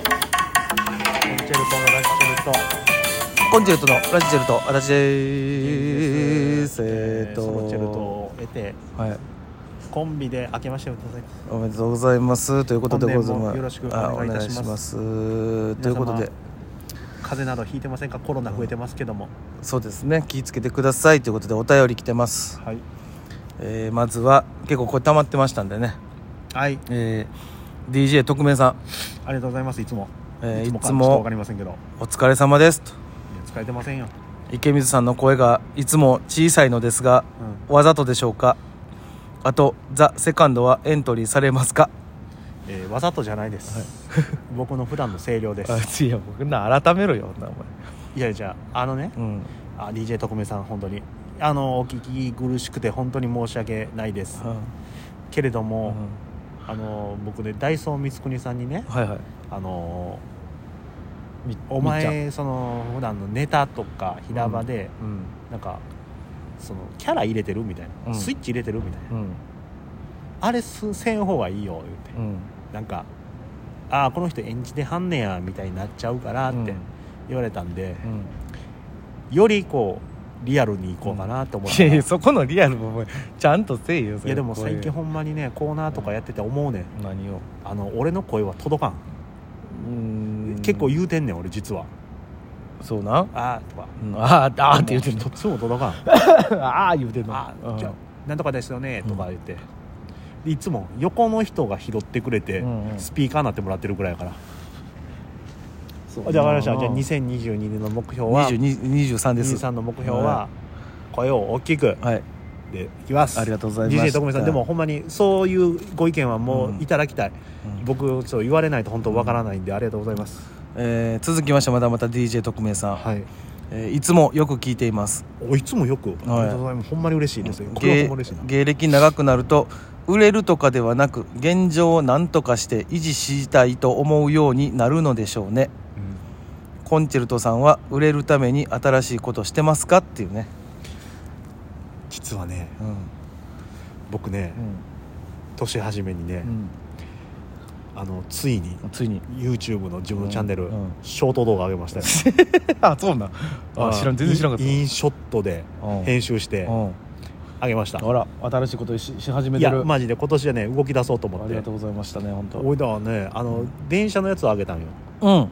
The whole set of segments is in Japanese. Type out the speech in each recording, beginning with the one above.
ンチェルトのラッチェルトコンチェルトのラジチェルト私でですすえーっとソロチェルトを得てはいコンビで明けましておめでとうございますおめでとうございますということでござい本年まもすよろしくおあ願いいたしますお願いしますということで風邪などひいてませんかコロナ増えてますけどもそうですね気ぃつけてくださいということでお便り来てます、はいえーまずは結構これ溜まってましたんでね、はいえー DJ 特命さん、ありがとうございますいつも、えーいかつちょっとわもかりませんけどいやお疲れ様ですと疲れてませんよ、池水さんの声がいつも小さいのですがうん、わざとでしょうかあと「ザ・セカンドはエントリーされますかえーわざとじゃないです、 僕の普段の声量です、いや僕な改めろよなおい、やいやじゃああのね前うんあ DJ 特命さん本当にあのお聞き苦しくて本当に申し訳ないですけれどうも、んあの僕ねダイソー光国さんにねはいはいあのみおみっち前その普段のネタとか平場で、ゃんうんなんかそのキャラ入れてるみたいな、うんスイッチ入れてるみたいな、うんあれすせん方がいいよ言って、うんなんかああこの人演じてはんねやみたいになっちゃうからっうんて言われたんで、うんよりこうリアルにいこうかなって思っいたやらいいやそこのリアルもお前ちゃんとせえよそれやでも最近ほこんまにねコーナーとかやってて思うねんういう何をあの俺の声は届かん、うん結構言うてんねん俺実はそうなあーとかうんあーあーって言うてんとのっつも届かん ああ言うてんのあうんじゃあなんとかですよねとか言って、でいつも横の人が拾ってくれて、うんうんスピーカーになってもらってるぐらいやから、そうあじゃあ分かりましたじゃあうん2022年の目標は22 23です23の目標は声を大きくはいでいきますありがとうございます DJ 徳光さんでもほんまにそういうご意見はもうんういただきたい、うん僕ちょっと言われないと本当わからないんでありがとうございます、えー続きましてまたまた DJ 特命さんはいえーいつもよく聞いていますおいつもよく、ありがとうございますほんまに嬉しいですよ、これはほんま芸嬉しいな芸歴長くなると売れるとかではなく現状を何とかして維持したいと思うようになるのでしょうねうんコンチェルトさんは売れるために新しいことしてますかっていうね実はねうん僕ね、年初めにね、うんあのついについに YouTube の自分のチャンネル、うんうんショート動画上げましたよあそうなん あ あ知らん全然知らんかっインインショットでうん編集してたうん上げました、あら新しいことしし始めいてやるマジで今年はね動き出そうと思あっりがてとうございましたね本当おいだはねあの、電車のやつを上げたんようん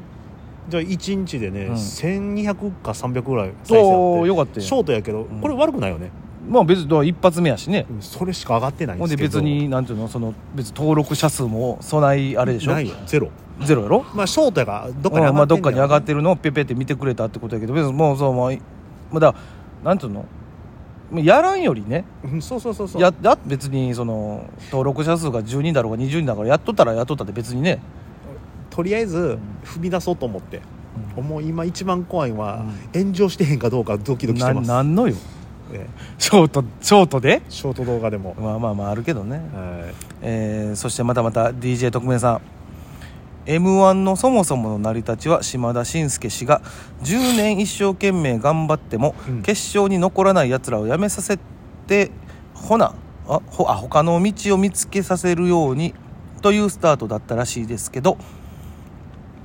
じゃあ1日でね、うん1200か300ぐらい再お生おあよっかったてよショートやけど、んこれ悪くないよね、まあ別に一発目やしねうんそれしか上がってないんほでんすでけど別になんていうのその別に登録者数もそないあれでしょないよゼロゼロやろまあショートやからどっかに上がってんねうんんまあ、どっかに上がっててるのをペペって見てくれたってことやけど別にもうそうもうまあだからなんていうのもうやらんよりねそうそうそうそうやや別にその登録者数が10人だろうが20人だからやっとったらやっとったで別にねとりあえず踏み出そうと思って、うもう今一番怖いのは、炎上してへんかどうかドキドキしてなますなんのよええショートショートでショート動画でも、まあまあまああるけどはね、いえーそしてまたまた DJ 特命さん m 1のそもそもの成り立ちは島田紳介氏が10年一生懸命頑張ってもうん決勝に残らないやつらをやめさせてほなあほあ他の道を見つけさせるようにというスタートだったらしいですけど、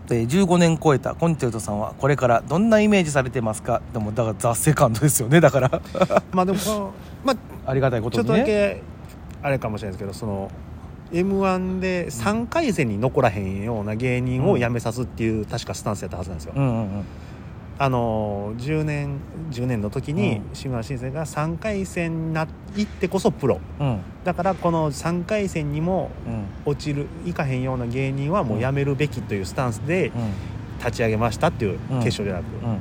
えー15年超えたコンチェルトさんはこれからどんなイメージされてますかでもだからザ・セカンドですよねだから まあでもこ の、まあ、ありがたいこちょとっにとだねけあれかもしれないですけどその m 1で3回戦に残らへんような芸人を辞めさすっていう確かスタンスやったはずなんですよ、うんうんうんあのー10年10年の時にう志村新生が3回戦にな行ってこそプロうんだからこの3回戦にもうん落ちるいかへんような芸人はもう辞めるべきというスタンスで立ち上げましたっていううん決勝じゃなく、うんうん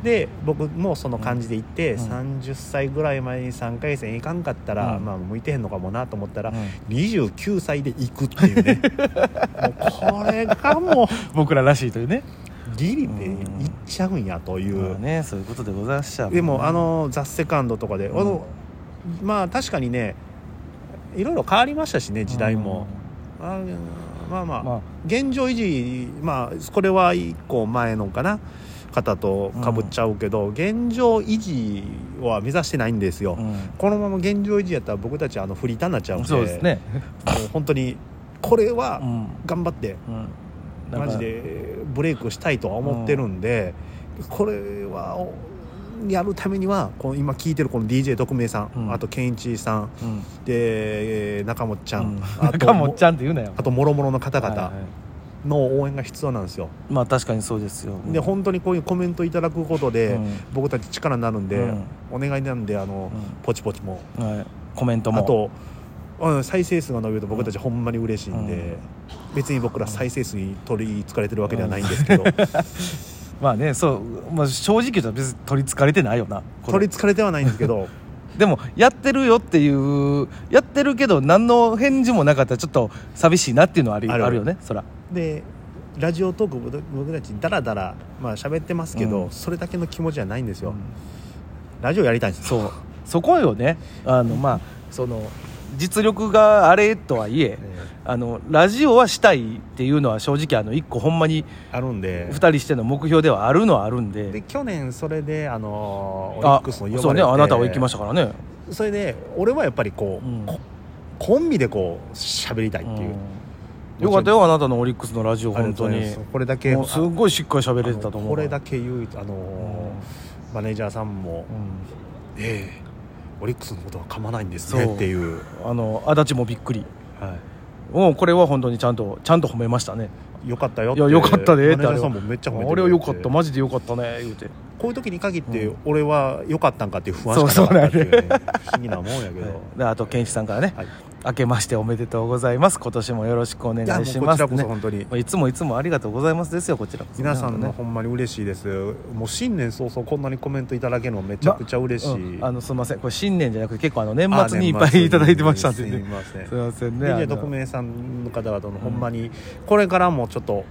で僕もその感じで行って、うん30歳ぐらい前に3回戦行かんかったら、うんまあ向いてへんのかもなと思ったら、うん29歳で行くっていうねもうこれがもう僕ららしいというねギリで行っちゃうんやという、まあねそういうことでございましたでもあのの「ザ・セカンドとかで、うんあのまあ確かにねいろいろ変わりましたしね時代も、あーまあまあ、まあ現状維持まあこれは一個前のかな方とかぶっちゃうけど、現状維持は目指してないんですよ、うんこのまま現状維持やったら僕たちあのフリーターになっちゃうんでそうですねもう本当にこれうはん頑張ってうんなんかマジでブレイクしたいとは思ってるんで、これはおやるためにはこの今聞いてるこの DJ 特命さん、うんあと健一さんうんでえー中本ちゃん、うんあと中本ちゃんって言うなよあともろもろの方はい々はいの応援が必要なんですよ、まあ確かにそうですよで本当にこういうコメントいただくことで、うん僕たち力になるんで、うんお願いなんであの、ポチポチもうんはいコメントもあとうん再生数が伸びると僕たちほんまに嬉しいんで、別に僕ら再生数に取りつかれてるわけではないんですけど、 まあねそう、まあ、正直言うと別に取りつかれてないよなこれ取りつかれてはないんですけどでもやってるよっていうやってるけど何の返事もなかったらちょっと寂しいなっていうのはありああるるよねそらでラジオトーク僕僕たちダラダラまあ喋ってますけど、うんそれだけの気持ちじゃないんですよ、ラジオやりたいんですそうそこよねあのまあその実力があれとはいええーあのラジオはしたいっていうのは正直あの一個ほんまにあるんで2人しての目標ではあるのはあるんでで去年それであのオリッあクスの呼ばれてそうねあなたは行きましたからねそれで俺はやっぱりこう、うんこコンビでこう喋りたいっていう、うんよかったよあなたのオリックスのラジオあり本がとう当ございまにすこれだけもうすごいしっかり喋れてたと思うこれだけ言うあのーマネージャーさんもう、んええオリックスのことは噛まないんですねそうっていう、あの足立もびっくりはもうこれは本当にちゃんとちゃんと褒めましたねい、よかったよっいてやよかったでマネージャーさんもめっちゃ褒めてあくれれはてよかったマジでよかったね言うてこういう時に限ってうん俺はよかったんかっていう不安しかなかったっていう、ね、不思議なもんや けど、であと健一さんからねはい、明けましておめでとうございます今年もよろしくお願いやもいうしこまちすらこそね本当にまあいつもいつもありがとうございますですよこちらこそね皆さんの本ほんまに嬉しいですもう新年早々こんなにコメントいただけるのめちゃくちゃ嬉し当い、ねうんあのすみませんこれ新年じゃなくて結構あの年あ末にいっ年ぱ末いいただいてましたんですねいませんすみませんねあ DJ の特命さんの方々のほんまにこれからもちょっと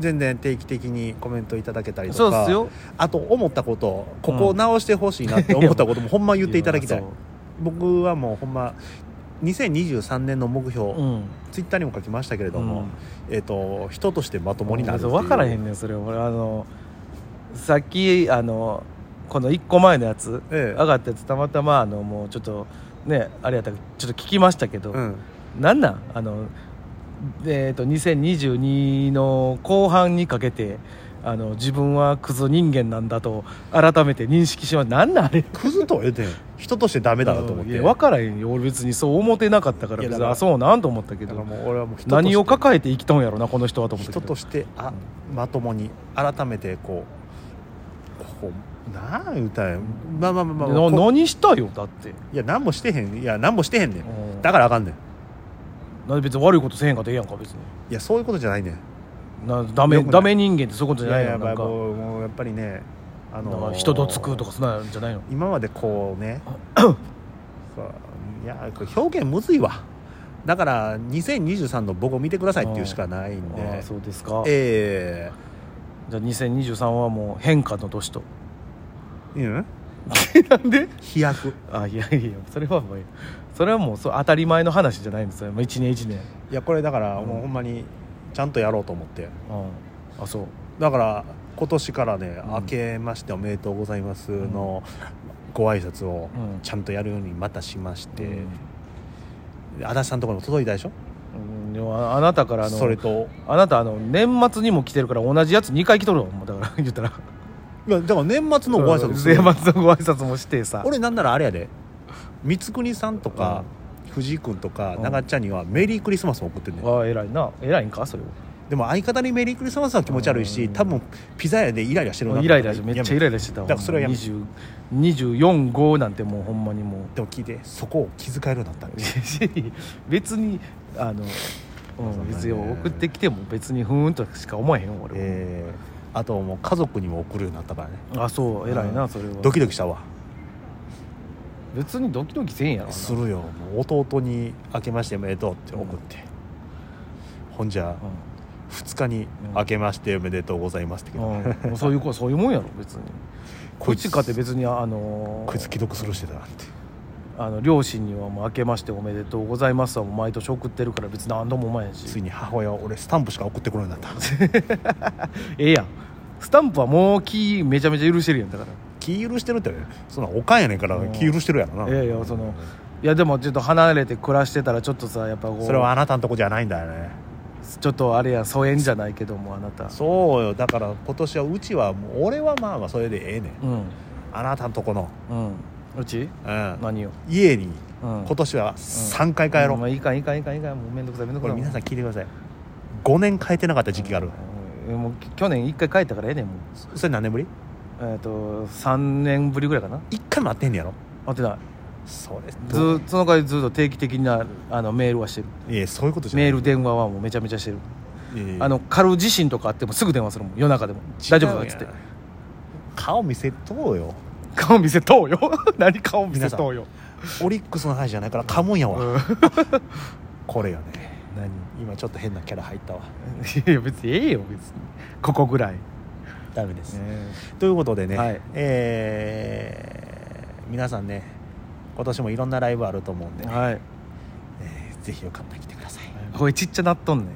全然定期的にコメントいただけたりそとうでかすよあと思ったことここを直してほしいなって思ったこともほんま言っていただきたいや僕はもうほんま2023年の目標、そううんツイッターにも書きましたけれども、えっと人としてまともになるっていう分からへんねんそれ俺あのさっきあのこの1個前のやつえ上えがったやつたまたまあのもうちょっとねあれやったらちょっと聞きましたけど、うんなんなんあのえっ、と2022の後半にかけてあの自分はクズ人間なんだと改めて認識しましたなんなんあれクズとは言うてん人としてダメだなと思っていや分からへんよ俺別にそう思ってなかったからいや別だにからあそうなんと思ったけだからどもう俺はもう人として何を抱えて生きとんやろなこの人はと思ったけ人どとしてあまともに改めてこうこうなあ言うたらまあまあまあまあなこ何したよだっていや何もしてへんいや何もしてへんねんうんだからあかんねんいなんで別に悪いことせえへんかってええやんか別にやそういうことじゃないねんなダメよくないダメ人間ってそういうこといじゃやないいやのなんかもうもうやっぱりねあなんのか人とつくとかそんなんじゃないの今までこうね そういやこれ表現むずいわだから2023の僕を見てくださいっていうしかないんああでそうですかじえゃあ2023はもう変化の年とえうんなんで 飛躍あいやいやそれはもうそれはもうそう当たり前の話じゃないんですよ1年1年いやこれだからもうんうほんまにちゃんとやろうと思ってうんあそうだから今年からね、うん明けましておめでとうございますのご挨拶をうんちゃんとやるようにまたしまして、うん足立さんところにも届いたでしょうんでもああなたからあのそれとあなたあの年末にも来てるから同じやつ2回来とるわもうだから 言ったらいやだから年末のご挨拶す 年る末のご挨拶もしてさ俺なんならあれやで光圀さんとか、藤井君とかうん長ちゃんにはメリークリスマスを送ってるね、ああ偉いな偉いんかそれはでも相方にメリークリスマスは気持ち悪いし、うん多分ピザ屋でイライラしてるもなうイライラしてめっちゃイいやライラしてたわだからそれはやめ20 24号なんてもうほんまにもう でも聞いてそこを気遣えるようになったんです別にあの、うん、別に送ってきても別にふーんとしか思えへん俺は、えーあともう家族にも送るようになったからねあそう偉いな、うそれはドキドキしたわ別にドキドキせんやろなするよもう弟に「明けましておめでとう」って送って、ほんじゃう2日に「うん明けましておめでとうございます」って言ん、ううん けど、もうそういう子はそういうもんやろ 別にこっちかって別にあのーこいつ既読スルーしてたなってあの両親にはもう「明けましておめでとうございます」はもう毎年送ってるから別に何度も前やつしいに母親は俺スタンプしか送ってこないようになったええやんスタンプはもう気めちゃめちゃ許してるやんだから気許してるってそんなおかんやねんからうん気許してるやろないやいやそのいやでもちょっと離れて暮らしてたらちょっとさやっぱこうそれはあなたのとこじゃないんだよねちょっとあれや疎遠じゃないけどもあなたそうよだから今年はうちはもう俺はまあまあそれでええねんうんあなたんとこの、うんうちうん、何を家にうん今年は3回帰ろう、まあいいかんいいかんいいかんいいかんもうめんどくさいめんどくこされい皆さん聞いてください5年変えてなかった時期がある、うんもう去年一回帰ったからええねんもうそれ何年ぶりえっ、と3年ぶりぐらいかな一回も会ってんねやろ会ってないそれずどうその代わりずっと定期的なあのメールはしてるいやそういうことじゃないメール電話はもうめちゃめちゃしてるいやあの軽地震とかあってもすぐ電話するもん夜中でも大丈夫かっつって違うやん顔見せとうよ顔見せとうよ 何顔見せとうよオリックスの話じゃないからカモンやわ、うんこれよね何 今ちょっと変なキャラ入ったわいや別にええよ別にここぐらい、ダメです、ということでね、はいえー皆さんね今年もいろんなライブあると思うんで、ねはいえーぜひよかったら来てください声ちっちゃなっとんねん